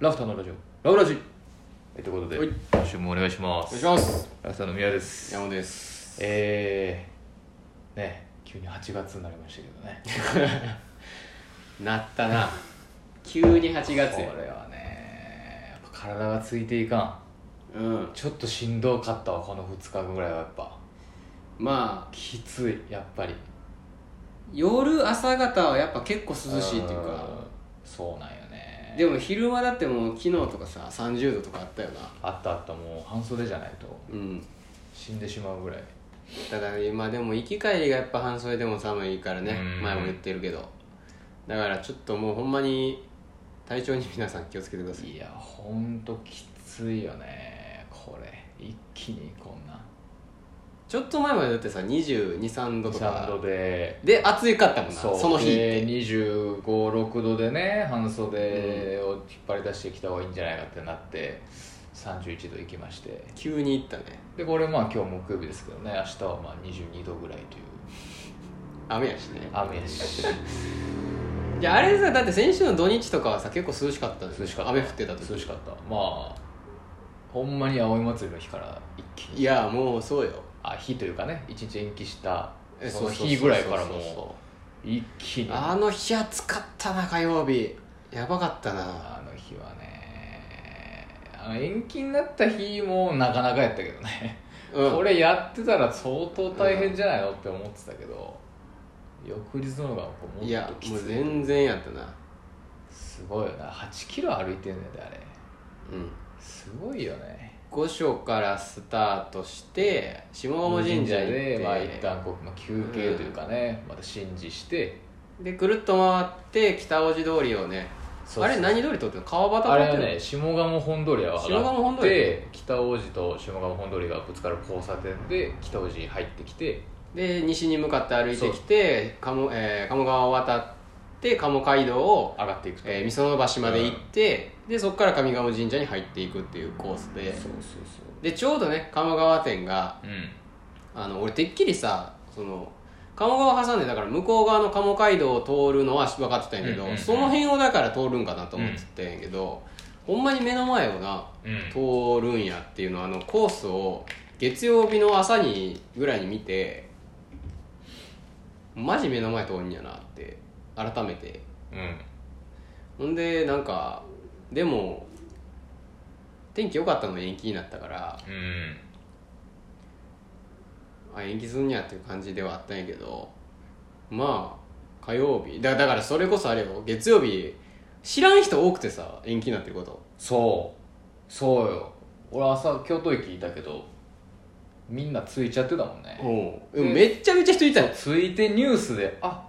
ラフターのラジオラウラジえということではい今週もお願いしまおす願いしますラフターの宮です山本ですえー、ね急に8月になりましたけどねなったな急に8月これはねやっぱ体がついていかんうんちょっとしんどかったわこの2日ぐらいはやっぱまあきついやっぱり夜朝方はやっぱ結構涼しいっていうかんそうなんよねでも昼間だってもう昨日とかさ30度とかあったよなあったあったもう半袖じゃないとうん死んでしまうぐらいただ今でも行き帰りがやっぱ半袖でも寒いからねうん前も言ってるけどだからちょっともうほんまに体調に皆さん気をつけてくださいいやほんときついよねこれ一気にこんなちょっと前までだってさ2 2 3度と3か度でで暑いかったもんなそうその日ってで2 5六6度でね半袖を引っ張り出してきた方がいいんじゃないかってなって31度いきまして急に行ったねでこれまあ今日木曜日ですけどね明日はまあ22度ぐらいという雨やしね雨やしいやあれさだって先週の土日とかはさ結構涼しかったんです涼しかった雨降ってた時涼しかったまあほんまに葵祭りの日から一気にいやもうそうよあ日というかね一日延期したえそのそうそうそうそう日ぐらいからそうそうもそう一気にあの日暑かったな火曜日やばかったなあの日はねあの延期になった日もなかなかやったけどね、うんこれやってたら相当大変じゃないのって思ってたけど、翌日の方がこうもいっやときもうつい全然やったなすごいよな8キロ歩いてんねんであれうんすごいよね五所からスタートして下鴨神社行ってで、まあ、一旦こう、まあ、休憩というかね、また神事してでぐるっと回って北大路通りをねそうそうあれ何通り通ってんの川あれ端通はってね下鴨本通りは上下鴨がっ本通りて北大路と下鴨本通りがぶつかる交差点で北大路に入ってきてで西に向かって歩いてきて鴨,、えー鴨川を渡って鴨街道を、上がっていくと、えー、御園橋まで行って、でそこから上鴨神社に入っていくっていうコースでそうそうそでちょうどね鴨川店がううんあの俺てっきりさその鴨川挟んでだから向こう側の鴨街道を通るのは分かってたんやけど、うんうんうんその辺をだから通るんかなと思ってたんやけど、ほんまに目の前をなうん通るんやっていうのはあのコースを月曜日の朝にぐらいに見てマジ目の前通るんやなって改めてうんほんでなんかでも天気良かったの延期になったからうんあ延期すんにゃっていう感じではあったんやけどまあ火曜日だだからそれこそあれよ月曜日知らん人多くてさ延期になってることそうそうよ俺朝京都駅いたけどみんなついちゃってたもんねうんでもめっちゃめちゃ人いたよついてニュースであ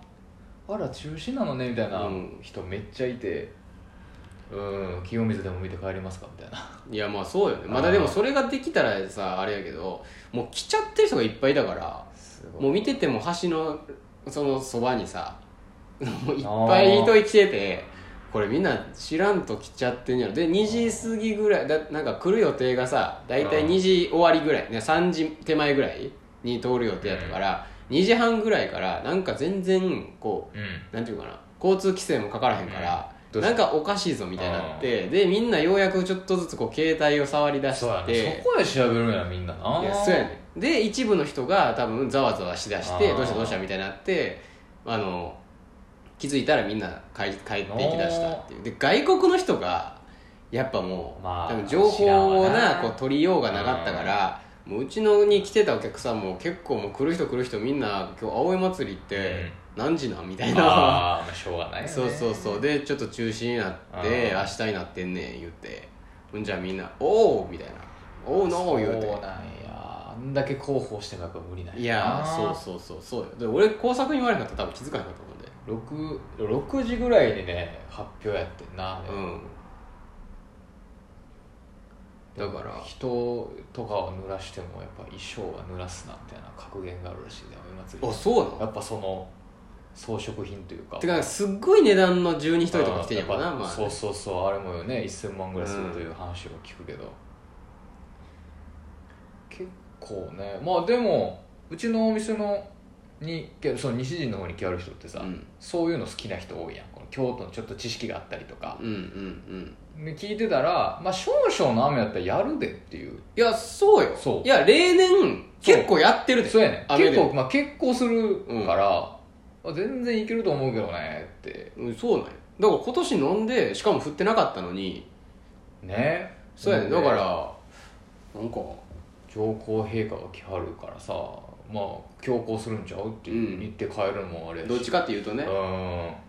あら中止なのねみたいなうん人めっちゃいてうん清水でも見て帰りますかみたいないやまあそうよねまだでもそれができたらさあれやけどもう来ちゃってる人がいっぱいだからすもう見てても橋のそのそばにさもういっぱい人来ててこれみんな知らんと来ちゃってんやろで2時過ぎぐらいだなんか来る予定がさ大体うん2時終わりぐらい、ね、3時手前ぐらいに通る予定やったから、2時半ぐらいからなんか全然こうんうなんていうかな交通規制もかからへんから、うんなんかおかしいぞみたいになってでみんなようやくちょっとずつこう携帯を触り出してそうやねそこで調べるんやみんなないやそうやねんで一部の人が多分ざわざわしだしてあーどうしたどうしたみたいになってあの気づいたらみんな帰帰っていきだしたっていうで外国の人がやっぱもう、まあ多分情報を知らんなわなこう取りようがなかったからもううちのに来てたお客さんも結構もう来る人来る人みんな今日葵祭りって何時なんみたいな、あーまあしょうがないよね そうそうそうでちょっと中止になってあ明日になってんねん言ってほんじゃみんな「おお!」みたいな「おおノー!」言うてそうなんやあんだけ広報してもやっぱ無理ないいやーそうそうそうそうよで俺工作に言われなかったら多分気づかなかったもんでう 6, 6時ぐらいにね発表やってんな、うんだから人とかを濡らしてもやっぱ衣装は濡らすなみたいな格言があるらしいねお祭りあそうなやのっぱその装飾品というかてかすっごい値段の12人一とか来てんややかなまあそうそうそうあれもよね1000万ぐらいするという話を聞くけど、結構ねまあでもうちのお店のにけその西陣の方に来はる人ってさ、うんそういうの好きな人多いやんこの京都のちょっと知識があったりとかうんうんで聞いてたら、まあ、少々の雨だったらやるでっていういやそうよそういや例年そう結構やってるで そうやね雨結で構、まあ、結構するから、あ全然いけると思うけどねってうんそうなんよだから今年飲んでしかも降ってなかったのにねそうやねなだんでからなんか上皇陛下が来はるからさまあ強行するんちゃうってうん言って帰るのもあれやしどっちかっていうとねう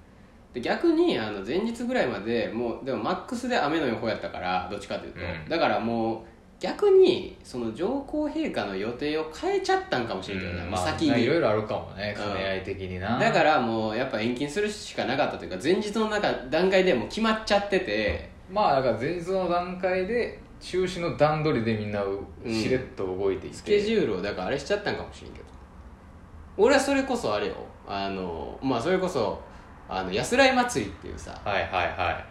で逆にあの前日ぐらいまでもうでもマックスで雨の予報やったからどっちかというと、うんだからもう逆にその上皇陛下の予定を変えちゃったんかもしれんんけどね、うんもうまあ先いにろいろあるかもねうん兼ね合い的になだからもうやっぱ延期するしかなかったというか前日の中段階でもう決まっちゃってて、まあだから前日の段階で中止の段取りでみんなううんしれっと動いていてスケジュールをだからあれしちゃったんかもしれんけど俺はそれこそあれよあのまあそれこそあの安らい祭りっていうさはいはいはい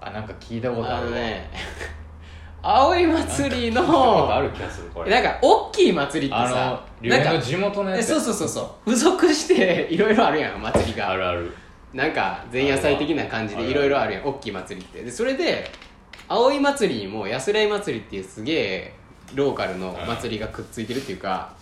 あなんか聞いたことああるのわね 葵祭聞りのいたことある気がするこれなんか大きい祭りってあさの龍なん園のか地元のやえつそうそうそうそう付属していろいろあるやん祭りあがるあるなんか前夜祭的な感じあでるわいろいろあるやん大きい祭りってでそれで葵祭りにも安らい祭りっていうすげえローカルの祭りがくっついてるっていうか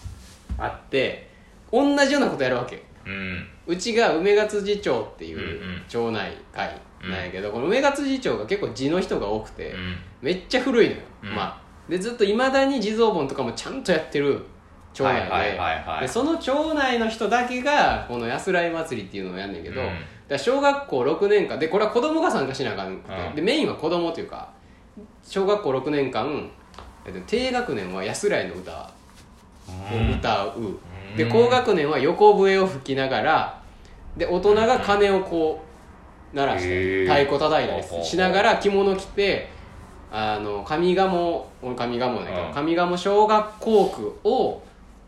あって同じようなことやるわけうんうちが梅ヶ辻町っていんううん町内会なんやけど、この梅ヶ辻町が結構地の人が多くて、うんめっちゃ古いのよ、うんまあ、でずっといまだに地蔵盆とかもちゃんとやってる町内で,、はいはいはいはいでその町内の人だけがこの安らい祭りっていうのをやんねんけど、うんだから小学校6年間でこれは子供が参加しなあかんくて、うんでメインは子供というか小学校6年間えっと低学年は安らいの歌を歌う、んで高学年は横笛を吹きながらで大人が鐘をこう鳴らしへーて太鼓叩いたりしながら着物着てあの上賀茂俺上賀茂だうけんど上賀茂小学校区を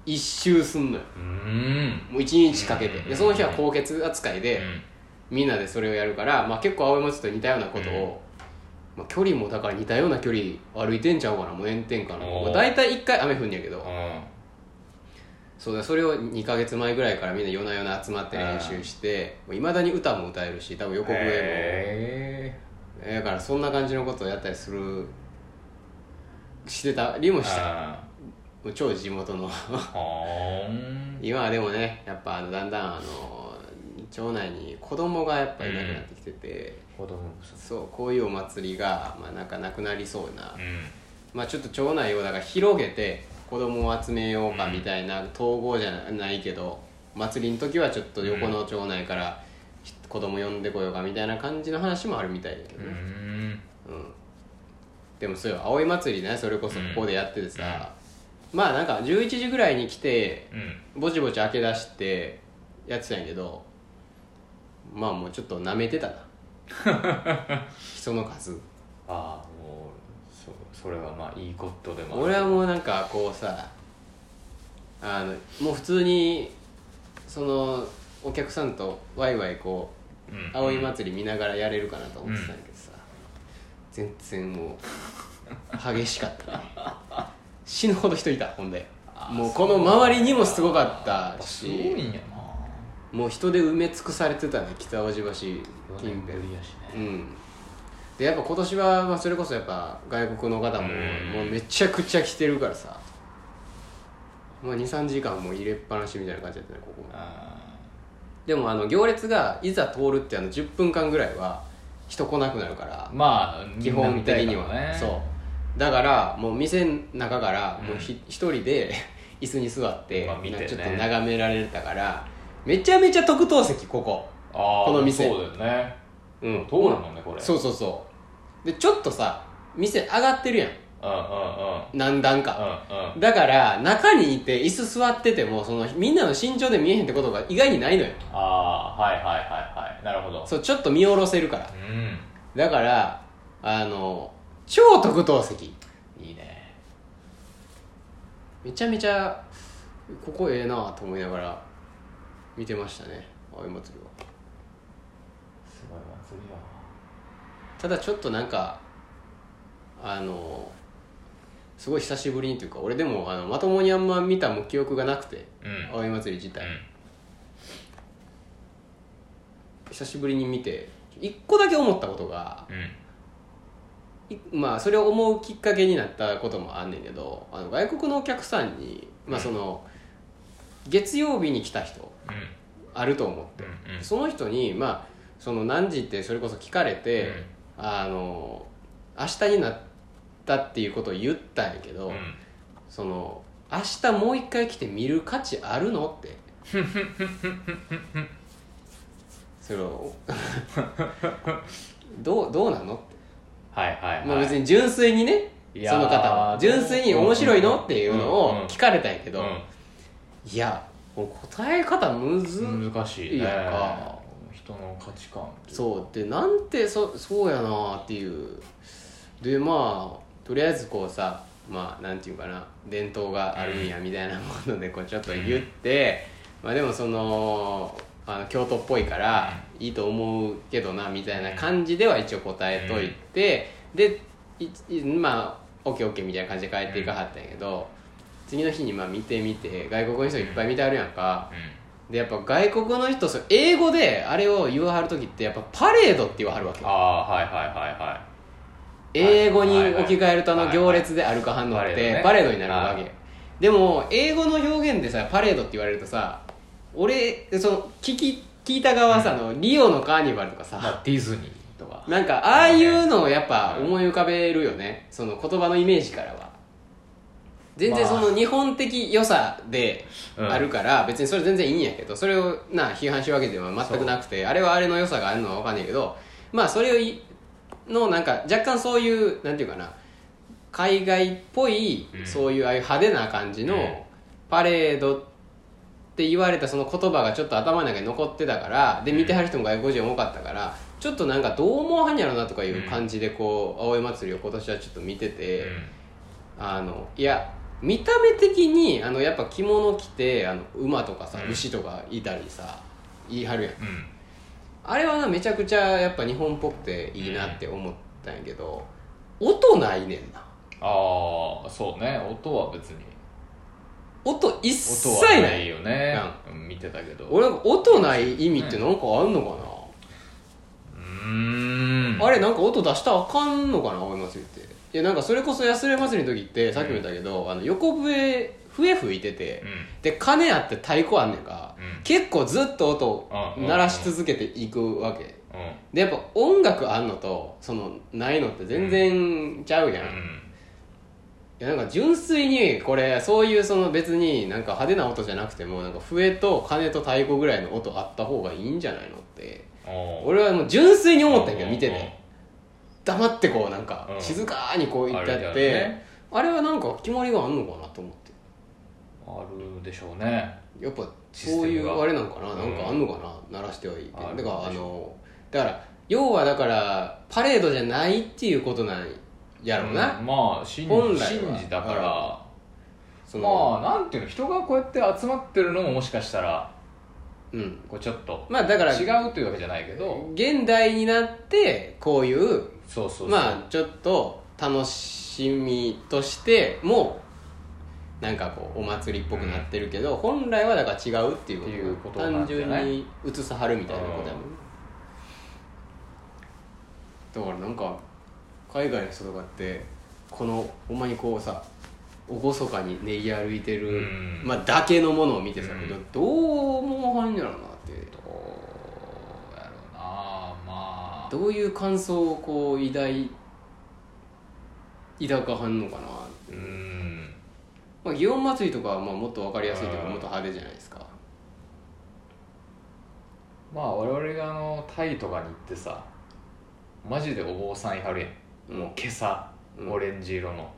一周すんのようんもう一日かけてうんでその日は高血扱いでみんなでそれをやるから、まあ、結構青山ちと似たようなことを、まあ、距離もだから似たような距離歩いてんちゃうかなもう炎天下のおーまあ大体1回雨降んねやけどうんそうだそれを2か月前ぐらいからみんな夜な夜な集まって練習していまだに歌も歌えるし多分横笛も、へえだからそんな感じのことをやったりするしてたりもーしたあもう超地元の ーほーん今はでもねやっぱあのだんだんあの町内に子供がやっぱいなくなってきてて、子供不足そうこういうお祭りが、まあ、なんかなくなりそうな、うまあ、ちょっと町内をだから広げて子供を集めようかみたいな統合じゃないけど祭りの時はちょっと横の町内から子供呼んでこようかみたいな感じの話もあるみたいだけどんね、うんでもそうよ葵祭りねそれこそここでやっててさ、まあなんか11時ぐらいに来てうんぼちぼち開け出してやってたんやけどまあもうちょっとな めてたな人の数ああもうそそれはまあいいことでもある俺はもうなんかこうさあのもう普通にそのお客さんとワイワイこううん葵祭り見ながらやれるかなと思ってたんやけどさ、全然もう激しかったね 死ぬほど人いたほんであーもうこの周りにもすごかったすごいしんやなもう人で埋め尽くされてたね北大路橋4近年ぶ辺りやしうねんでやっぱ今年はまあそれこそやっぱ外国の方うもんもうめちゃくちゃ来てるからさ、まあ、23時間もう入れっぱなしみたいな感じだったねここもあでもあの行列がいざ通るってあの10分間ぐらいは人来なくなるからーまあ基本的にはみんなみたいかもねそうだからもう店の中からもうひ一、人で 椅子に座って,、まあ見てねちょっと眺められたからめちゃめちゃ特等席ここあーこの店そうだよねうんどうなのねこれそううそうそうでちょっとさ店上がってるやんうんうんうん何段うか、んうんだから中にいて椅子座っててもそのみんなの身長で見えへんってことが意外にないのよああーはいはいはいはいなるほどそうちょっと見下ろせるからうんだからあの超特等席いいねめちゃめちゃここええなと思いながら見てましたね青い祭りはすごい祭りやただちょっとなんかあのすごい久しぶりにというか俺でもあのまともにあんま見たも記憶がなくてうん葵祭り自体、うん久しぶりに見てち一個だけ思ったことがうんいまあそれを思うきっかけになったこともあんねんけどあの外国のお客さんに、まあ、その月曜日に来た人うあると思んうんうんうその人に、まあ、その何時ってそれこそ聞かれて、あの明日になったっていうことを言ったんやけど、うんその明日もう一回来て見る価値あるのってそれをどうどうなのって、はいはいはいまあ、別に純粋にねいやそーの方は純粋に面白いのっていうのうんうんを聞かれたんやけど、うんいやもう答え方むず、難しいねいいやんか人の価値観そうでなんてそそうやなっていうでまあとりあえずこうさまあなんていうかな伝統があるんやみたいなものでこうちょっと言って、まあでもそのあの京都っぽいからいいと思うけどなみたいな感じでは一応答えといて、でいいまあオッケーオッケーみたいな感じで帰っていかはったんやけど次の日にまあ見てみて外国の人いっぱい見てあるやんか、うでやっぱ外国の人そう英語であれを言わはる時ってやっぱパレードって言わはるわけんああはいはいはいは英語に置き換えるとあのはい行列で歩かはんのっはいはていパレードになるわはけいでも英語の表現でさパレードって言われるとさ俺その聞き聞いた側はさ、あのリオのカーニバルとかい、まさあ、ディズニーとかなんかああいうのをやっぱ思い浮かべるよねその言葉のイメージからは全然そまの日本的良さでうんあるから別にそれ全然いいんやけどそれをな批判しるわけでは全くなくてあれはあれの良さがあるのは分かんないけどまあそれをいのなんか若干そういうなんていうかな海外っぽいうんそういうああいう派手な感じうんのパレードって言われたその言葉がちょっと頭の中に残ってたからで見てはる人も外国人多かったからちょっとなんかどう思わはんやろなとかいう感じでこう青い祭りを今年はちょっと見てて。あのいや見た目的にあのやっぱ着物着てあの馬とかさ、うん牛とかいたりさ言いはるやんうんうんあれはなめちゃくちゃやっぱ日本っぽくていいなって思ったんやけど、音ないねんなああそうね音は別に音一音切はないないよね、見てたけど俺なんか音ない意味ってなんかあんのうかーんな、あれなんか音出したらあかんのかな青い祭りっていやなんかそれこそ安れ祭りの時ってさっきも言ったけど、あの横笛笛吹いてて、うんで鐘あって太鼓あんねんか、うん結構ずっと音をうん鳴らし続けていくわけうんでやっぱ音楽あんのとそのないのって全然ちゃうやん、ういんやなんか純粋にこれそういうその別になんか派手な音じゃなくてもなんか笛と鐘と太鼓ぐらいの音あった方がいいんじゃないのっておー俺はもう純粋に思ったんやけどうん見てね黙ってこうなんかうん静かにこう言ってああれだっよて、ねあれはなんか決まりがあんのかなと思ってあるでしょうねやっぱそういシステムうがあれなんかな、なんかあんのかな鳴らしてはいいってだからあのだから要はだからパレードじゃないっていうことなんやろうな、うんまあ信本じ来は信じだからそのまあなんていうの人がこうやって集まってるのももしかしたらうんこうちょっとまあだから違うというわけじゃないけど現代になってこういうそうそうそうまあちょっと楽しみとしてもなんかこうお祭りっぽくなってるけど、本来はだから違うってっていいううここととがな単んじゃ純ないに移さはるみたいなことやもんねだからなんか海外の人とかってこのほんまにこうさ厳かに練り歩いてる、うんまあ、だけのものを見てさ、うんどう思わはんやろなってどうやろうなまあどういう感想をこう抱い抱かはんのかなって、うんまあ、祇園祭とかはまあもっと分かりやすいというかうんもっと派手じゃないですかまあ我々があのタイとかに行ってさマジでお坊さんいはるやん、うんもう今朝うんオレンジ色の、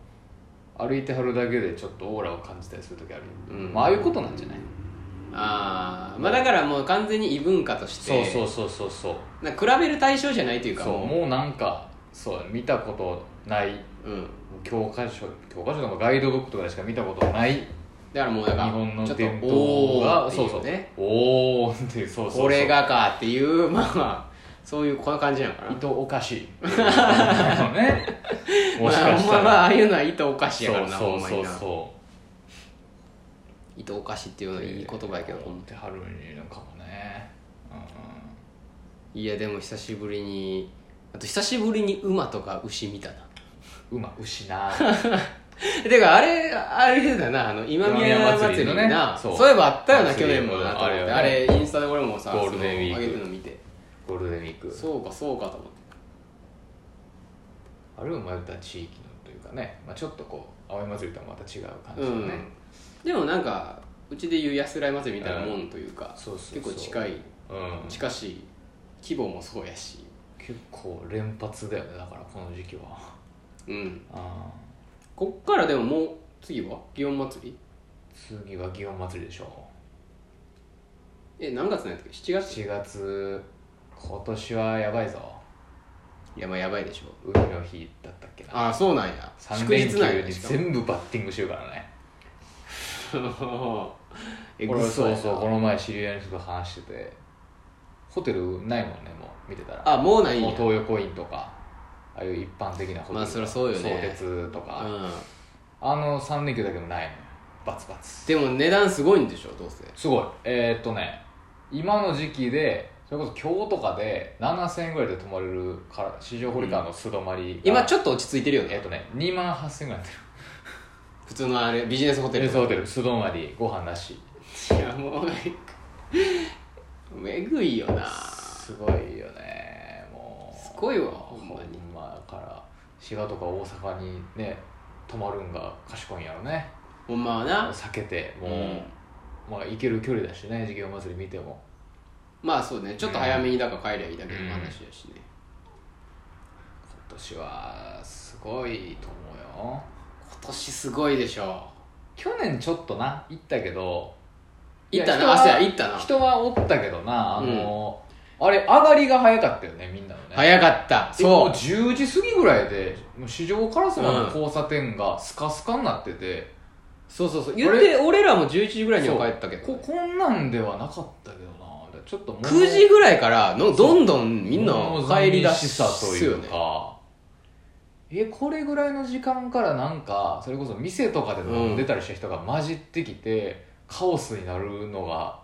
歩いてはるだけでちょっとオーラを感じたりする時あるやん、うんまあああいうことなんじゃないああまあだからもう完全に異文化としそうてそうそうそうそうなんか比べる対象じゃないというかそうももうなんかそう見たことないうん、教科書教科書とかガイドブックとかでしか見たことないだからもう日だから本のちょっと伝統おがおーってそういそううねおおっていうそうそうそうこれがかっていう まあそういうこんな感じなのかな糸おかしいねもしかしたまあほんまら、まあああいうのは糸おかしいやそからうなそほうんまそにうなそ糸おかしっていうのうはいい言葉やけどほんま思ってはるのかもね、うんいやでも久しぶりにあと久しぶりに馬とか牛見たな 馬牛なてかあれあれだなあの今宮祭りの今宮祭りのねなそそうういえばあったよな去祭り年もなと思ってああれれ,、はインスタで俺もさゴールデンウィークその上げてるの見てゴールデンウィークそうかそうかと思ってあれを迷った地域のというかね、まあ、ちょっとこう葵祭りとはまた違う感じうのんね、でもなんかうちでいう安らい祭りみたいなもんというか、そうそうそう結構近いうん、近しい規模もそうやし結構連発だよねだからこの時期は うんあこっからでももう次は祇園祭りー次は祇園祭りでしょえ何月なんやったっけ7月7月今年はやばいぞいやまあやばいでしょ海の日だったっけなああそうなんや3祝連日なん休やにしかも全部バッティングしてるからねえこぐれそそうやうなそうこの前知り合いの人と話しててホテルないもんねもう見てたらあもうないんもうや東横インとかああいう一般的なホテルまあそりゃそうよね相鉄とか、うんあの3連休だけもないのバツバツでも値段すごいんでしょどうせすごいえーっとね今の時期でそれこそ今日とかで7000円ぐらいで泊まれるから市場堀川の素泊まりが、今ょちょっと落ち着いてるよえーっねとね2万8000円ぐらいになっ てる普通のあれビジネスホテレルゾートホテル素泊まりご飯なしいやもうえぐいよなすごいよねもうすごいわほほんんままにだから滋賀とか大阪にね泊まるんが賢いんやろねほんまはな避けてもう、うんまあ行ける距離だしね事業祭り見てもまあそうねちょっと早めにだから帰りゃいいだけの話やしね、今年はすごいと思うよ今年すごいでしょ去年ちょっとな行ったけど行ったいや人なは汗や行ったな人はおったけどなあの、あれ上がりが早かったよねみんなのね早かったえもうそう10時過ぎぐらいでもう市場からその交差点がスカスカになってて、そうそうそう言言っってて俺らも11時ぐらいにそうは帰ったけど、ここんなんではなかったけどなちょっともう9時ぐらいからのどんどんみんな帰りだしさというねかえこれぐらいの時間からなんかそれこそ店とかで飲んでたりした人が混じってきて、カオスになるのが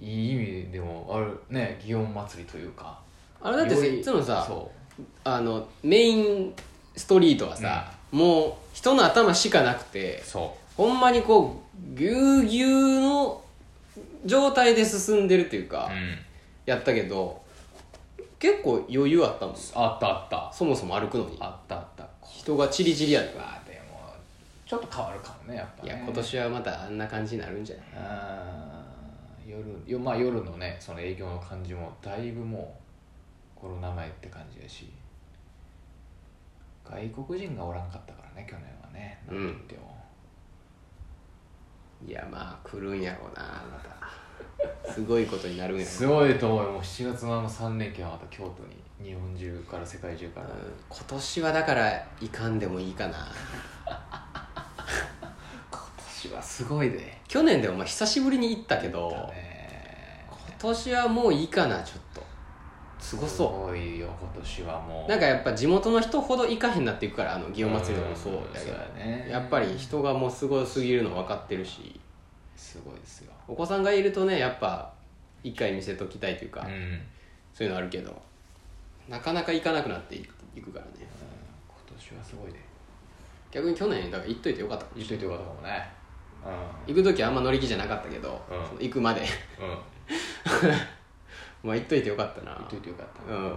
いい意味でもあるね祇園祭りというかあれだってさよりいつもさそあのメインストリートはさ、もう人の頭しかなくてうそほんまにこうぎゅうぎゅうの状態で進んでるっていうう、か、うん、やったけど結構余裕あったもんあったあったそもそも歩くのにあったあった人がチリチリやるまあでもちょっと変わるかもねやっぱいねや今年はまたあんな感じになるんじゃなういん夜よまあ夜のねその営業の感じもだいぶもうコロナ前って感じやし外国人がおらんかったからね去年はねうなんんと言っても、いやまあ来るんやろうなまたすごいことになるんやろすごいと思うよもう7月のあの3連休はまた京都に日本中から世界中から、ううん今年はだからいかんでもいいかな今年はすごいで去年でもまあ久しぶりに行ったけどだね今年はもういいかなちょっとすごすそごいよ今年はもううなんかやっぱ地元の人ほど行かへんなっていくからあの祇園祭りででもそうだけどねやっぱり人がもうすごすぎるの分かってるしすごいですよお子さんがいるとねやっぱ一回見せときたいというか、うんそういうのあるけどなかなか行かなくなっていくからね今年はすごいで逆に去年だから行っといてよかった言っといてよかったかもねう行く時あんま乗り気じゃなかったけど、うんその行くまで んうんまあ行っといてよかったな言っといてよかったうん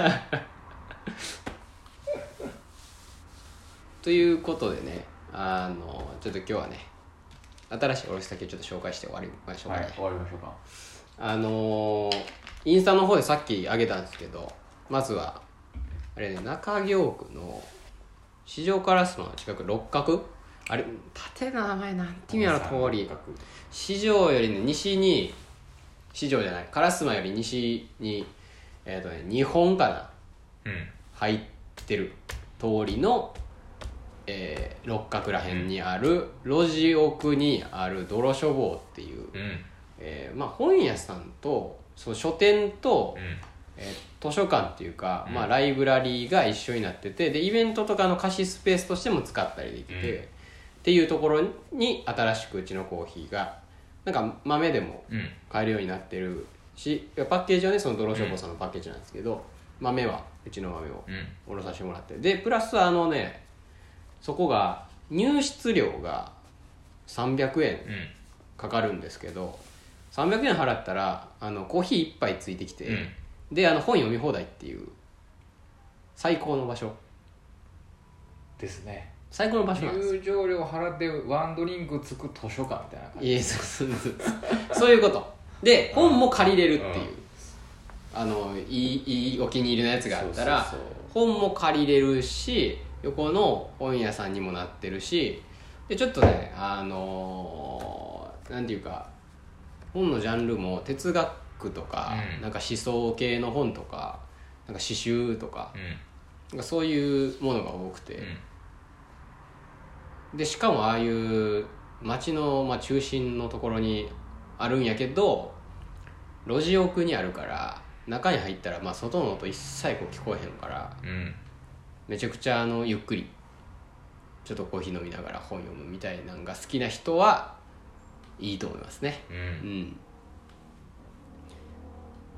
ということでねあのちょっと今日はね新しいおろし先をちょっと紹介して終わりましょうかね、終わりましょうかあのーインスタの方でさっきあげたんですけどまずはあれね中京区の市場カラスの近く六角あれ縦の名前なんていうんやろ通り市場よりね西に市場じゃない烏丸より西にえっ、とね日本かなうん入ってる通りの、えー六角ら辺にある路地奥にある泥書房っていううんえーまあ、本屋さんとその書店と、えー図書館っていうか、まあ、ライブラリーが一緒になっててでイベントとかの貸しスペースとしても使ったりできて、うんっていうところに新しくうちのコーヒーがなんか豆でもうん買えるようになってるしパッケージはねそのドロショボさんのパッケージなんですけど、豆はうちの豆をうんおろさせてもらってでプラスあのねそこが入室料が300円うんかかるんですけど300円払ったらあのコーヒー1杯ついてきて、うんであの本読み放題っていう最高の場所ですね最高の場所なんですよ入場料払ってワンドリンクつく図書館みたいな感じいえそうそうそう そういうことで本も借りれるっていうう、んあのいいいいお気に入りのやつがあったらそうそう本も借りれるし横の本屋さんにもなってるしでちょっとねあのーなんていうか本のジャンルも哲学とか,、うんなんか思想系の本とかなんか刺繍とかそうなんかそういうものが多くて、うんうんでしかもああいう街の、まあ、中心のところにあるんやけど路地奥にあるから中に入ったら、まあ、外の音一切こう聞こえへんからうんめちゃくちゃあのゆっくりちょっとコーヒー飲みながら本読むみたいなんが好きな人はいいと思いますねううんん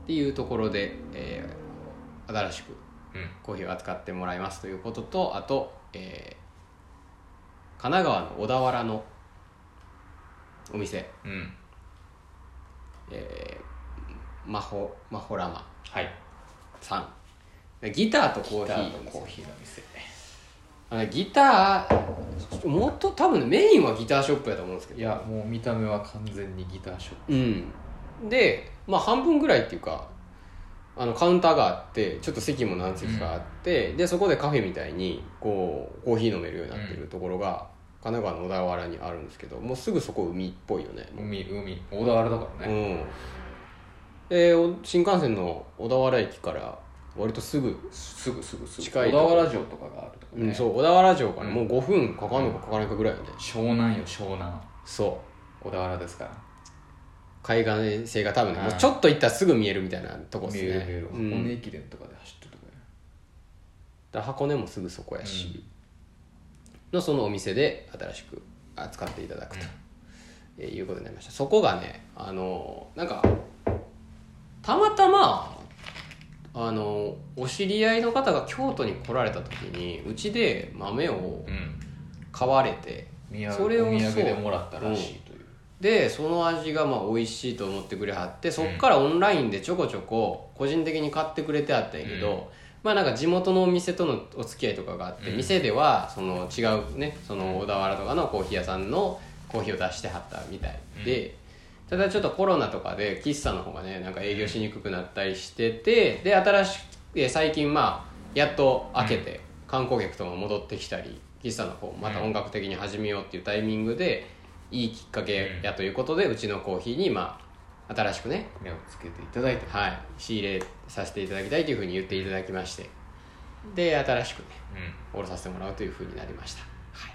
っていうところで、えー新しくうんコーヒーを扱ってもらいますということとあと、えー神奈川の小田原のお店うんマホマホラマはいさんでギターとコギーヒターーとコーヒーの店あのギターもっと多分ねメインはギターショップやと思うんですけいどやもう見た目は完全にギターショッうんでまあ半分ぐらいっていうかあのカウンターがあってちょっと席も何席かあって、でそこでカフェみたいにこうコーヒー飲めるようになってるところが、神奈川の小田原にあるんですけどもうすぐそこ海っぽいよね、プ海海小田原だからねうんでお新幹線の小田原駅から割とすぐ、すぐすぐすぐ近い小田原城とかがあるとかうねん、そう小田原城からうんもう5分かかるのかかからないかぐらいよね、湘南よ湘南そう小田原ですから海岸性が多分ね、うんもうちょっと行ったらすぐ見えるみたいなとこです見ねえる見えるう箱ん根駅伝とかで走ってるとかねだから箱根もすぐそこやし、のそのお店で新しく扱っていただくと、えーいうことになりましたそこがねあのーなんかたまたまあのーお知り合いの方が京都に来られた時にうちで豆をうん買われて土産それをそうお土産でもらったらしいというでその味がまあ美味しいと思ってくれはってそっからオンラインでちょこちょこ個人的に買ってくれてあったんやけど、まあなんか地元のお店とのお付き合いとかがあって、うん店ではその違うねその小田原とかのコーヒー屋さんのコーヒーを出してはったみたいで、ただちょっとコロナとかで喫茶の方がねなんか営業しにくくなったりしててで新しくで最近まあやっと開けて観光客とも戻ってきたり喫茶の方また音楽的に始めようっていうタイミングでいいきっかけやということで、うちのコーヒーにまあ新しくね目をつけていただいてはい、仕入れさせていただきたいというふうに言っていただきましてで新しくねうおろさせてもらうというふうになりました、はい、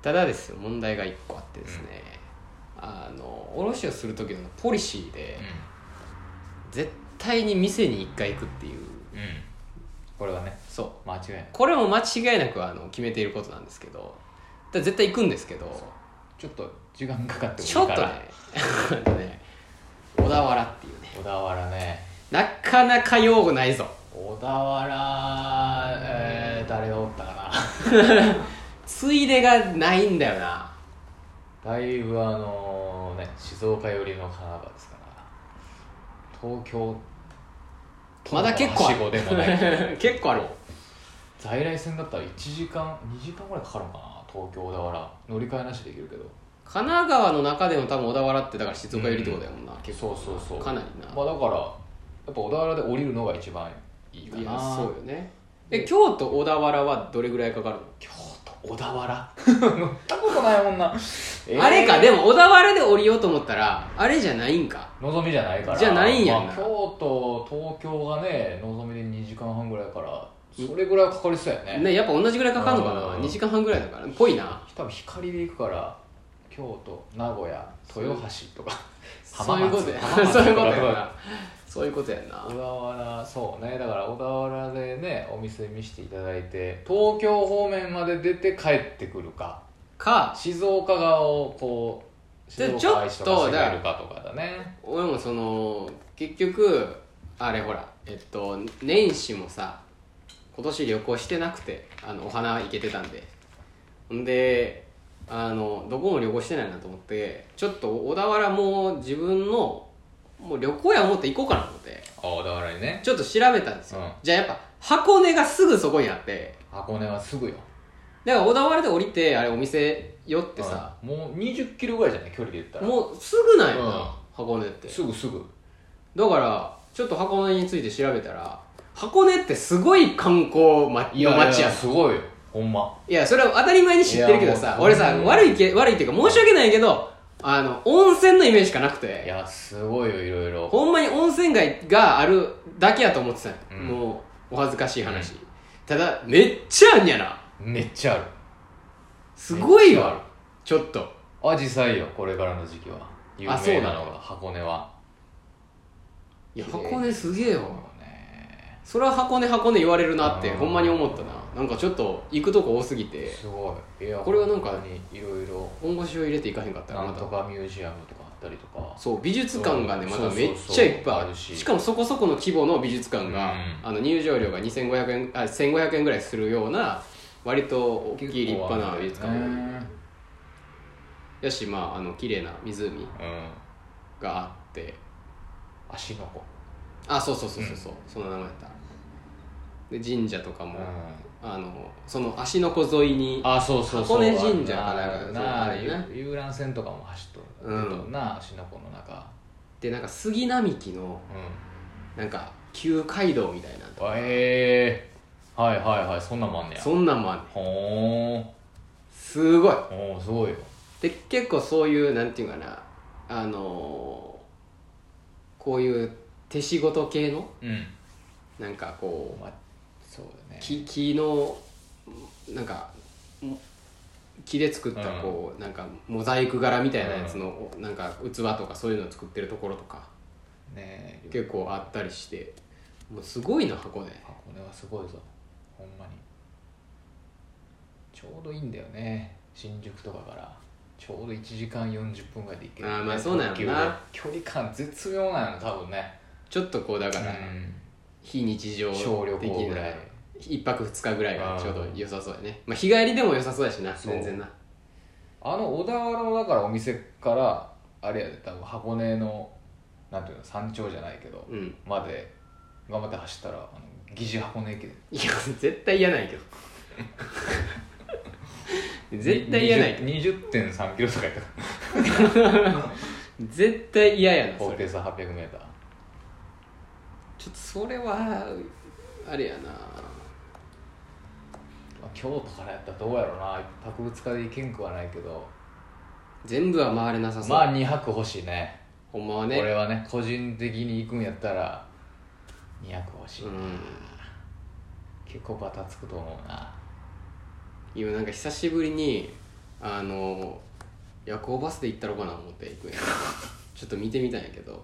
ただですよ問題が1個あってですね、あのおろしをする時のポリシーでん絶対に店に1回行くっていううんうんこれはねそう間違いないこれも間違いなくあの決めていることなんですけどだから絶対行くんですけどちょっと時間かかってもいいちょっとかねら あのね小田原っていうね小田原ねなかなか用語ないぞ小田原、えー、誰がおったかついでがないんだよなな だいぶあのね静岡寄りの神奈川ですから東京まだ結構あはしごでも ないけどる 結構ある在来線だったら1時間2時間ぐらいかかるのかな東京小田原乗り換えなしで行けるけど神奈川の中でも多分小田原ってだから静岡寄りってことやもんな、結そうそうそうかなりなまあだからやっぱ小田原で降りるのが一番いいか構ないやそうよねえ京都小田原はどれぐらいかかるの、京都小田原乗ったことないもんな、えー あれかでも小田原で降りようと思ったらあれじゃないんかのぞみじゃないからじゃないんやなまあ、京都東京がねのぞみで2時間半ぐらいからそれぐらいはかかりそうやねねやっぱ同じぐらいかかるのかなうん2時間半ぐらいだからぽいな多分光で行くから京都名古屋豊橋とかそういうことや浜松 そういうことや浜松なそういうことやな小田原そうねだから小田原でねお店見せていただいて東京方面まで出て帰ってくるかか静岡側をこう静ちょっと岡愛知とか攻めるかとかだね俺もその結局あれほらえっと年始もさ今年旅行してなくてあのお花行けてたんでんであのどこも旅行してないなと思ってちょっと小田原も自分のもう旅行や思って行こうかなと思ってあ小田原にねちょっと調べたんですよ、うんじゃあやっぱ箱根がすぐそこにあって箱根はすぐよだから小田原で降りてあれお店寄ってさ、うんもう2 0キロぐらいじゃない距離で言ったらもうすぐなんよな、うん箱根ってすぐすぐだからちょっと箱根について調べたら箱根ってすごい観光まの街やんいやすごいよほんまそれは当たり前に知ってるけどいやさもう俺さうん悪いけ悪いっていうか申し訳ないけどあの温泉のイメージしかなくいてやすごいよいろいろほんまに温泉街があるだけやと思ってたよ、うんもうお恥ずかしい話、ただめっちゃあんやなめっちゃあるすごめっいちゃあるわちょっとアジサイよこれからの時期は有そう名ななののが箱根はいや綺麗箱根すげえわそうねそれは箱根箱根言われるなってうんほんまに思ったななんかちょっと行くとこ多すぎてすごいいやこれはなんか本当にいろいろ本腰を入れていかへんかったらなまんたとかミュージアムとかあったりとかそう美術館がねまそうそうたそうめっちゃいっぱいああるるしししかもそこそこの規模の美術館が、うんあの入場料が2500円あ1500円ぐらいするような割と大きい立派な美術館うもんやしまああの綺麗な湖があって芦ノ湖あそうそうそうそうそう、その名前やったで神社とかうも、んあのその足の湖沿いにあそうそうそう箱根神社かなんかあるそうなあるよね遊遊覧船とかも走っとるうん出とるな芦ノ湖の中でなんか杉並木のうんなんか旧街道みたいなあええはいはいはいそんなんもあんねやそんなんもあんねんほーんすごいおーすごいよで結構そういうなんていうかなあのーこういう手仕事系のうんなんかこうまあそうだね木木のなんかも木で作ったうんこう、なんかモザイク柄みたいなやつの、なんか器とかそういうのを作ってるところとかねえ結構あったりしてもうすごいな箱根箱根はすごいぞほんまにちょうどいいんだよね新宿とかからちょうど1時間40分ぐらいで行ける、あーまあそうなんやろな特急で距離感絶妙なの多分ねちょっとこうだから、非日常的な小旅行ぐらい一泊二日ぐらいがちょうど良さそうやねまあ日帰りでも良さそうやしなそう全然なあの小田原のだからお店からあれやで多分箱根のなんていうの山頂じゃないけど、うんまで頑張って走ったらあの疑似箱根駅伝いや絶対嫌 ないけど絶対嫌ないけど20 20.3キロとかやった絶対嫌やな高それ低差 800m ちょっとそれはあれやな京都からやったらどうやろうな一泊二日で行けんくはないけど全部は回れなさそう、まあ2泊欲しいねほんまはこねれはね個人的に行くんやったら2泊欲しい、うん結構バタつくと思うな今なんか久しぶりにあの夜行バスで行ったろかな思って行く んやちょっと見てみたんやけど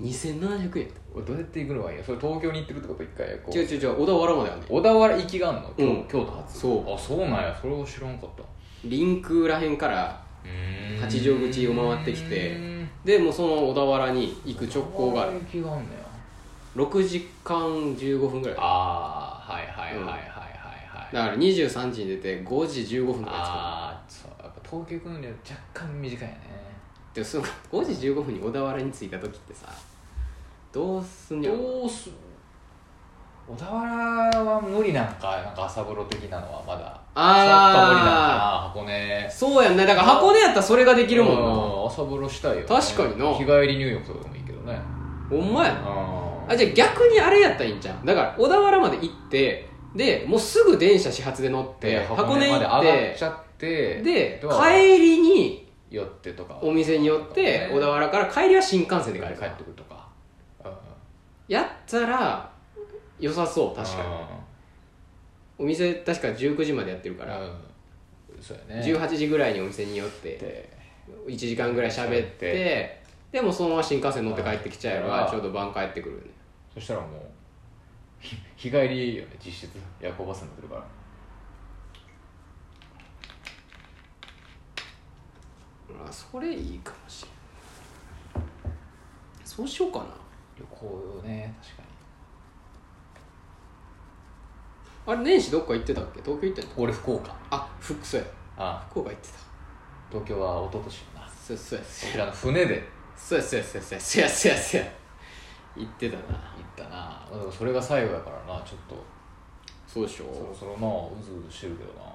2700円どうやって行くのがいいよそれ東京に行ってるってこと一回こう違う違う違う小田原まであんねん小田原行きがあんの、京うん京都発そうあそうなんやそれを知らんかった臨空らへんから八丈口を回ってきうてーんでもうその小田原に行く直行がある行きがあんのよ6時間15分ぐらいだかああはいはいはいはいはいはい、ら23時に出て5時15分とかああそうやっぱ東京行くのには若干短いね着くでもその5時15分に小田原に着いた時ってさどうすんやろどうす小田原は無理なんかなんか朝風呂的なのはまだあちょっと無理なんかな箱根そうやんねだから箱根やったらそれができるもんなうん朝風呂したいよね、確かにな日帰り入浴とかでもいいけどねほんまやなああじゃあ逆にあれやったらいいんじゃんだから小田原まで行ってでもうすぐ電車始発で乗ってで箱箱根根行まっでて上がっちゃってでドア帰りに寄ってとかお店に寄って小田原から帰りは新幹線でで帰る帰かっらてくるとかやったら良さそう確かにお店確か19時までやってるかだら、そうやね18時ぐらいにお店に寄ってで1時間ぐらい喋ってでもそのまま新幹線乗って帰ってきちゃえばうんちょうど晩帰ってくるねそしたらもうひ日帰りよね実質夜行バスになってるからそれいいかもしれんそうしようかな旅行よね確かにあれ年始どっか行ってたっけ東京行ったの俺福岡あ福そうやああ福岡行ってた東京は一昨年やなそうそうやこちらの船でそうやそうやそうやそうやそうやそうや行ってたな行ったなでもそれが最後やからなちょっとそうでしそろょそろなうずうずしてるけどな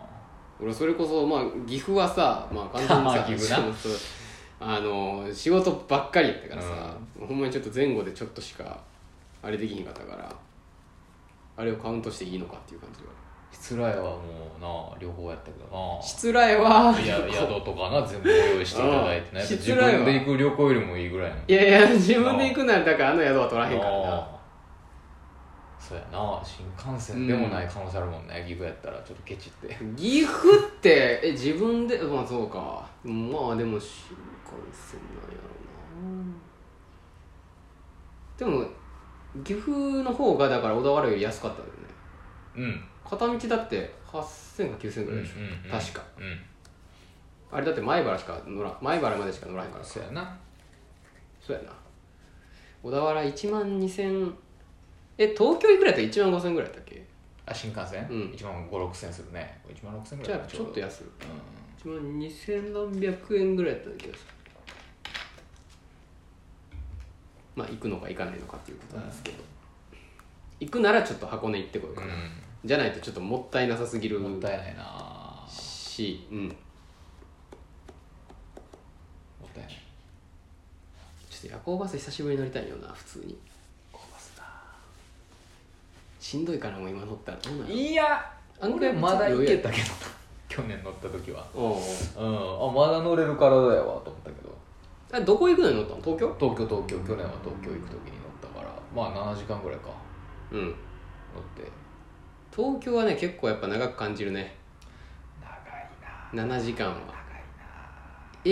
俺それこそまあ岐阜はさまあまあ完全岐に阜さなそうそうあの仕事ばっかりやったからさ、ほんまにちょっと前後でちょっとしかあれできひんかったからあれをカウントしていいのかっていう感じが失礼はもうな旅行やったけど失礼はないや宿とかな全部用意していただいてなああやっぱ失自礼は分で行く旅行よりもいいぐらいのいやいや自分で行くならだからあの宿は取らへんからなああそうやな新幹線でもない可能性あるもんね、ギグやったらちょっとケチって岐阜ってえ自分でまあそうかまあでも新幹線なんやろなでも岐阜の方がだから小田原より安かったよねうん、うん片道だって8000か9000ぐらいでしょ、うん確かうんあれだって前原しか乗ら前原までしか乗らへんからそうやなそうやな小田原1万2000え東京いくらやったら1万5000ぐらいやったっけあ新幹線、うん1万5 6千するね1万6千ぐじらゃいかあちょっと安いうん1万2000何百円ぐらいやった気がするまあ行くのか行かないのかっていうことなんですけど、行くならちょっと箱根行ってこようかな、じゃないとちょっともったいなさすぎるうん、もったいないなし、うん、ちょもったいないっと夜行バス久しぶりに乗りたいよな普通にコーバスしんどいからもう今乗ったらどうなるいや案外俺まだ行けたけどな 去年乗った時はおうおううんあまだ乗れる体やわと思ったけどあどこ行くのに乗ったの東京東京東京去年は東京行く時に乗ったからまあ7時間ぐらいかうん乗って東京はね結構やっぱ長く感じるね長いな7時間は長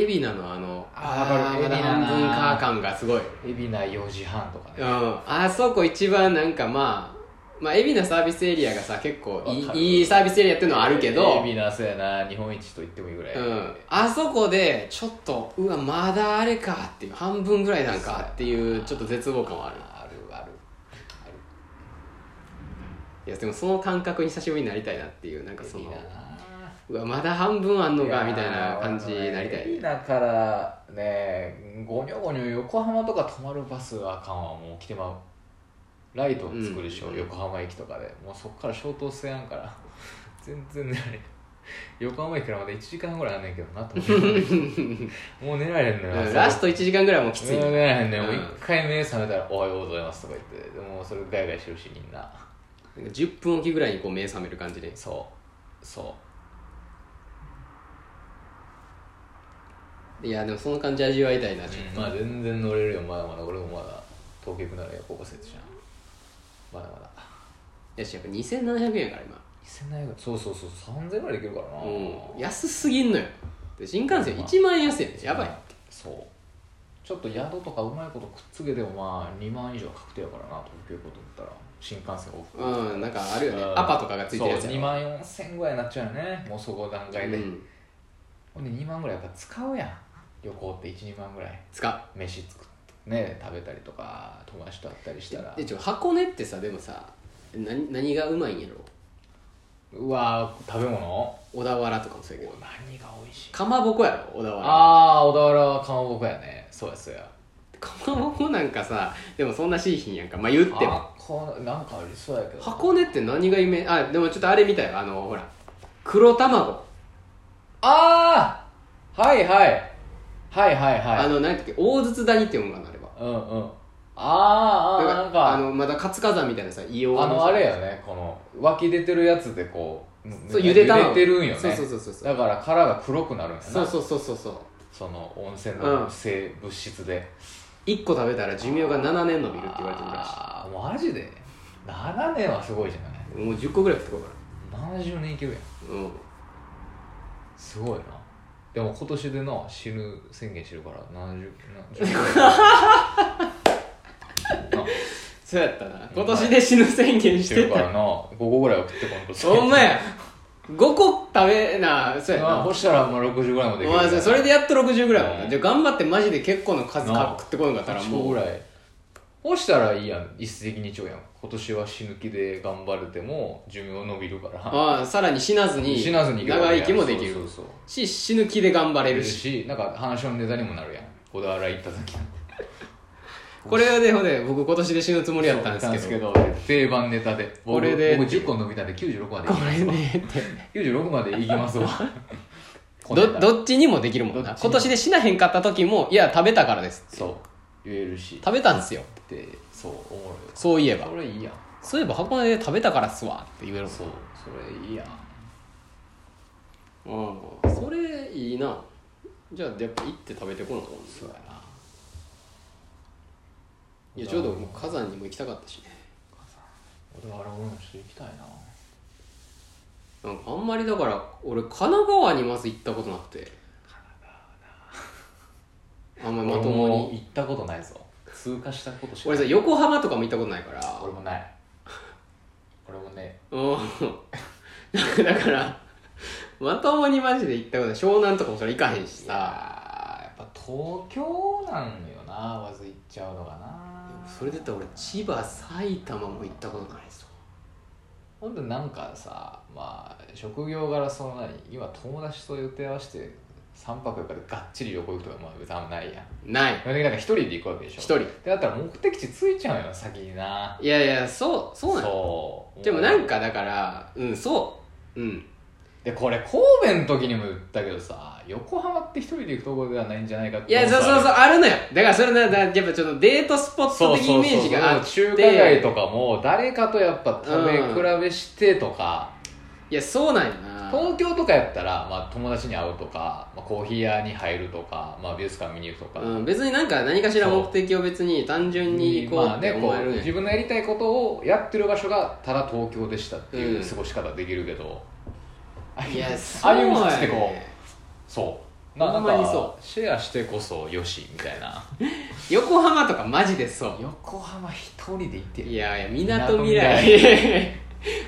い海老名のあのあーわかるまだ海老名な半分か感がすごいな海老名4時半とかうねん、あそこ一番なんかまあまあ海老名サービスエリアがさ結構いわかるいいいサービスエリアっていうのはあるけど、海老名そうやな日本一と言ってもいいぐらい、うん、あそこでちょっとうわまだあれかっていう半分ぐらいなんかっていうちょっと絶望感はあるあるあるいやでもその感覚に久しぶりになりたいなっていうなんかそ海の老名なうわまだ半分あんのいやかーみたいな感じになりたい海老名からねゴニョゴニョ横浜とか泊まるバスはあかんわもう来てまうライトを作るでしょ、うん横浜駅とかでもうそっから消灯せやんから全然寝られん横浜駅からまだ1時間ぐらいあんねんけどなと思ってもう寝られんのようん朝ラスト1時間ぐらいはもうきついもう寝られんねんもううん一回目覚めたら「おはようございます」とか言ってでもそれガヤガヤしてるしみんななんか10分おきぐらいにこう目覚める感じでそうそいやでもその感じ味わいたいなうちょっ、と、まあ全然乗れるよまだまだ俺もまだ東京行くなら夜行バスやったじゃんまだまだやしやっぱ2700円やから今2000円ぐらいそうそうそう3000円ぐらいできるからな、うん、安すぎんのよで新幹線1万円安いやんやばいそうちょっと宿とかうまいことくっつけてもまあ2万以上は確定やからな東京行こうと思ったら新幹線往復うんなんかあるよねアパとかがついてるやつそう2や万4000円ぐらいになっちゃうよねもうそこ段ろ階で、うん、ほんで2万ぐらいやっぱ使うやん旅行って12万ぐらい使飯作ってね食べたりとか友達と会ったりしたらうでちょ箱根ってさでもさ何何がうまいんやろうわー食べ物小田原とかもそうやけど何が美味しいかまぼこやろ小田原ああ小田原はかまぼこやねそうやそうやかまぼこなんかさでもそんなしいひんやんかまあ言ってもあこうなんかありそうやけど箱根って何がイメージあでもちょっとあれみたいよあのほら黒卵、ああはいはいはいはいはいあの何だっけ大筒谷っていうのがあればうんうんあーあーなんかああののまだ活火山みたいなさ硫黄あされよねこの湧き出てるやつでこうそう茹でた茹でてるんよねそうそうそうそうそうだから殻が黒くなるんやなそうそうそうそうそうその温泉うのん性物質で、 1個食べたら寿命が7年伸びるって言われてるらあーマジで7年はすごいじゃないしいもう10個ぐらい食ってこうか70年いけるやんらうんすごいなでも今年でな死ぬ宣言してる から70 70なそうやったな今年で死ぬ宣言ししててるかたらな5個ぐらい送ってこんとほんまや5個食べなそうやまあ、な干したらまあ60ぐらいもできるまあそれでやっと 60g うんじゃあ頑張ってマジで結構の数なあか食ってこなかったら8個もぐうらい干したらいいやん一石二鳥やん今年は死ぬ気で頑張れても寿命伸びるからああさらに死なずに死なずにいけるわ長けやん生きもできるそうそうそうし死ぬ気で頑張れいるるししなんか話のネタにもなるやん小田原行った時これでほんで僕今年で死ぬつもりやったんそうでですすけけどど定番ネタで僕これで僕10個伸びたんで96までこれねって96まで行きます わこのネどタどっちにもできるもんどなっちに今も年で死なへんかった時もいや食べたからですそう言えるし食べたんですよってそうおもろいそういえばそれいいやんそういえば箱根で食べたからっすわって言えるそうそれいいやんもんうんそれいいなじゃあやっぱ行って食べてこなあかったそうやないやちょうどもう火山にも行きたかったしね小田原俺もちょっと行きたいななんかあんまりだから俺神奈川にまず行ったことなくてあんまりまとも俺に行ったことないぞ通過したことしか俺ないさ横浜とかも行ったことないから俺もない俺もねうんだからまともにマジで行ったことない湘南とかもそれ行かへんしさあーやっぱ東京なんよなまず行っちゃうのがなそれで言ったら俺千葉埼玉も行ったことないぞほんとなんかさまあ職業柄その何今友達と予定合わせて3泊4日でがっちり旅行行くとかまあ別にあんまないやんない基本的になんか一人で行くわけでしょ一人でだったら目的地着いちゃうよ先にないやいやそうそうなのそうでもなんかだからうんそううんでこれ神戸の時にも言ったけどさ横浜って一人で行くところではないんじゃないかっていやそうそうそうあるのよだからそれなだやっぱちょっとデートスポッそトう的そイうメージがあっそう中て華街とかも誰かとやっぱ食べ比べしてとか、いやそうなんやな東京とかやったら、まあ、友達に会うとか、まあ、コーヒー屋に入るとか、まあ、美術館見に行くとか、うん、別になんか何かしら目的を別に単純に行こうまあってね思こえるうんや自分のやりたいことをやってる場所がただ東京でしたっていううん過ごし方できるけど、あ いやあそあういやうね道ってこうそうなほなんんまにかそシェアしてこそよしみたい な横浜とかマジでそう横浜一人で行っているやいやみなとみらい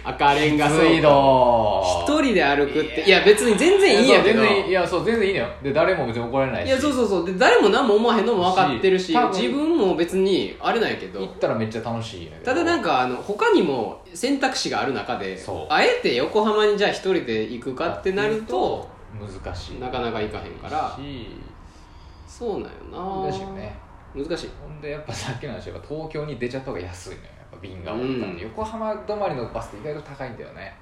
赤レンガ倉庫水道一人で歩くっていや別に全然いいんやけどそう全然いいいやそう全然いいのよで誰も別に怒られないしいやそうそうそうで誰も何も思わへんのも分かってるしし多分自分も別にあれなんやけ行どったらめっちゃ楽しいんやけどただなんかあの他にも選択肢がある中でそうあえて横浜にじゃあ一人で行くかってなると難しいなかなか行かへんからしそうなんよ難なしいよね難しいほんでやっぱさっきの話やっぱ東京に出ちゃった方が安いのよやっぱ便が多かったんで、うん横浜止まりのバスって意外と高いんだよね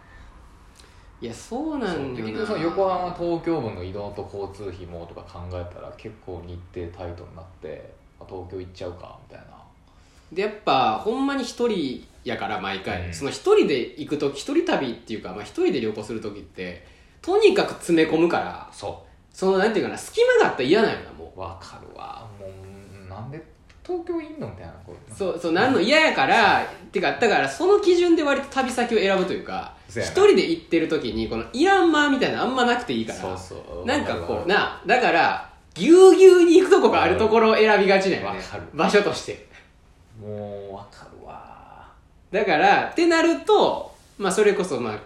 いやそうなそうんでだ結よ局なその横浜東京分の移動と交通費もとか考えたら結構日程タイトになってあ東京行っちゃうかみたいなでやっぱほんまに一人やから毎回、うんその一人で行く時一人旅っていうか、まあ、一人で旅行する時ってとにかく詰め込むからそそのなんていうかな隙間があったら嫌なんよなもうわかるわもうなんで東京いんのみたいなこううそうそうなんの嫌やから、ってかだからその基準で割と旅先を選ぶというかそう一やな人で行ってる時にこのいらん間みたいなのあんまなくていいからそうそうなんかこうわなだからぎゅうぎゅうに行くとこがあるところを選びがちなんよわねかる場所としてるわもうわかるわだからってなると、まあ、それこそ、まあ、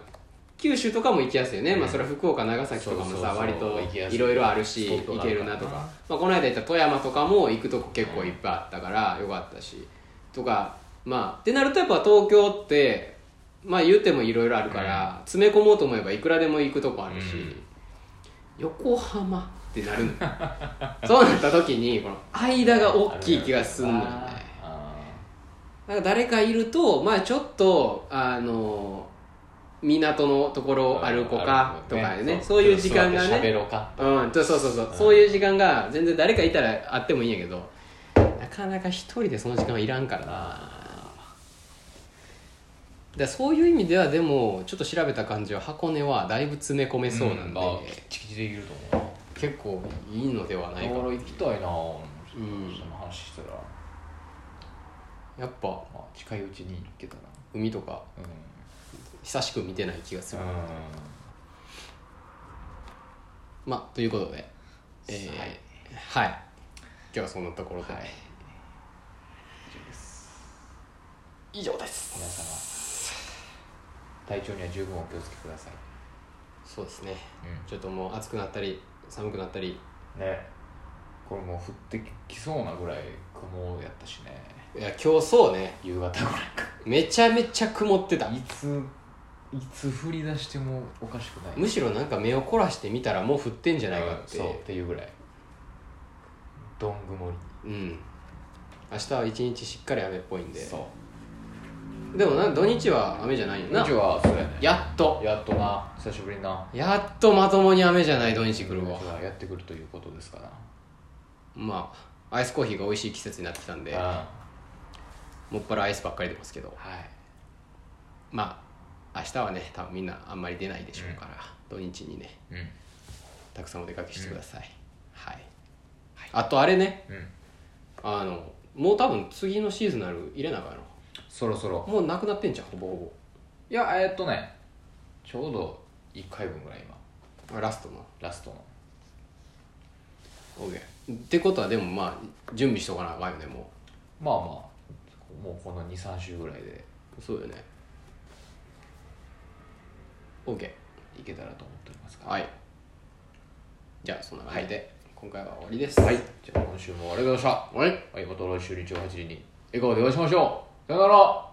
九州とかも行きやすいよね、うんまあ、それは福岡長崎とかもさそうそうそう割行きやとすいいろいろあるしスポット行があけるるからななとか、まあ、この間行った富山とかも行くとこ結構いっぱいあったからよかったしとかまあってなるとやっぱ東京ってまあ言ってもいろいろあるから、詰め込もうと思えばいくらでも行くとこあるし、うん横浜ってなるのよ そうなった時にこの間が大きい気がすんのよねあなんか誰かいると、まあ、ちょっとあの港のところをー歩こうかとかね歩こそういう時間が座って喋ね、ろうかうん、そうそうそうそううんそういう時間が全然誰かいたらあってもいいんやけどなかなか一人でその時間はいらんからなだからそういう意味ではでもちょっと調べた感じは箱根はだいぶ詰め込めそうなんで、あキチキチでいると思う結構いいのではないかな俺行きたいなぁうんその話したら、やっぱまあ、近いうちに行けたら海とかうん久しく見てない気がする、うまあということで、えーははいい、今日はそんなところで、はい以上です皆様体調には十分お気をつけくださいそうですねうちょっともう暑くなったり寒くなったりんねこれもう降ってきそうなぐらい雲やったしねいや今日そうね夕方ぐらいめちゃめちゃ曇ってたかいついつ降り出してもおかしくないむしろなんか目を凝らしてみたらもう降ってんじゃないかってうんそうっていうぐらいどん曇りうん明日は一日しっかり雨っぽいんでそうでもな土日は雨じゃないようなちはそうやねやっとやっとな久しぶりになやっとまともに雨じゃない土日来るわうちはやってくるということですからまあアイスコーヒーが美味しい季節になってきたんでうんもっぱらアイスばっかり出ますけどはいまあ明日はね多分みんなあんまり出ないでしょうから、土日にねうんたくさんお出かけしてください、はい、あとあれねうんあのもう多分次のシーズナル入れなあかんやろそろそろもうなくなってんじゃんほぼほいやえーっとねちょうど1回分ぐらい今ぼラストのラストの OK ってことはでもまあ準備しとかなあかんよねもまあまあもうこの23週ぐらいでうそうよね OK いけたらと思っておりますからはいじゃあそんな感じで、今回は終わりですはいじゃあ今週もありがとうございましはいたはいまた来週日曜8時に笑顔でお会いしましょうさよなら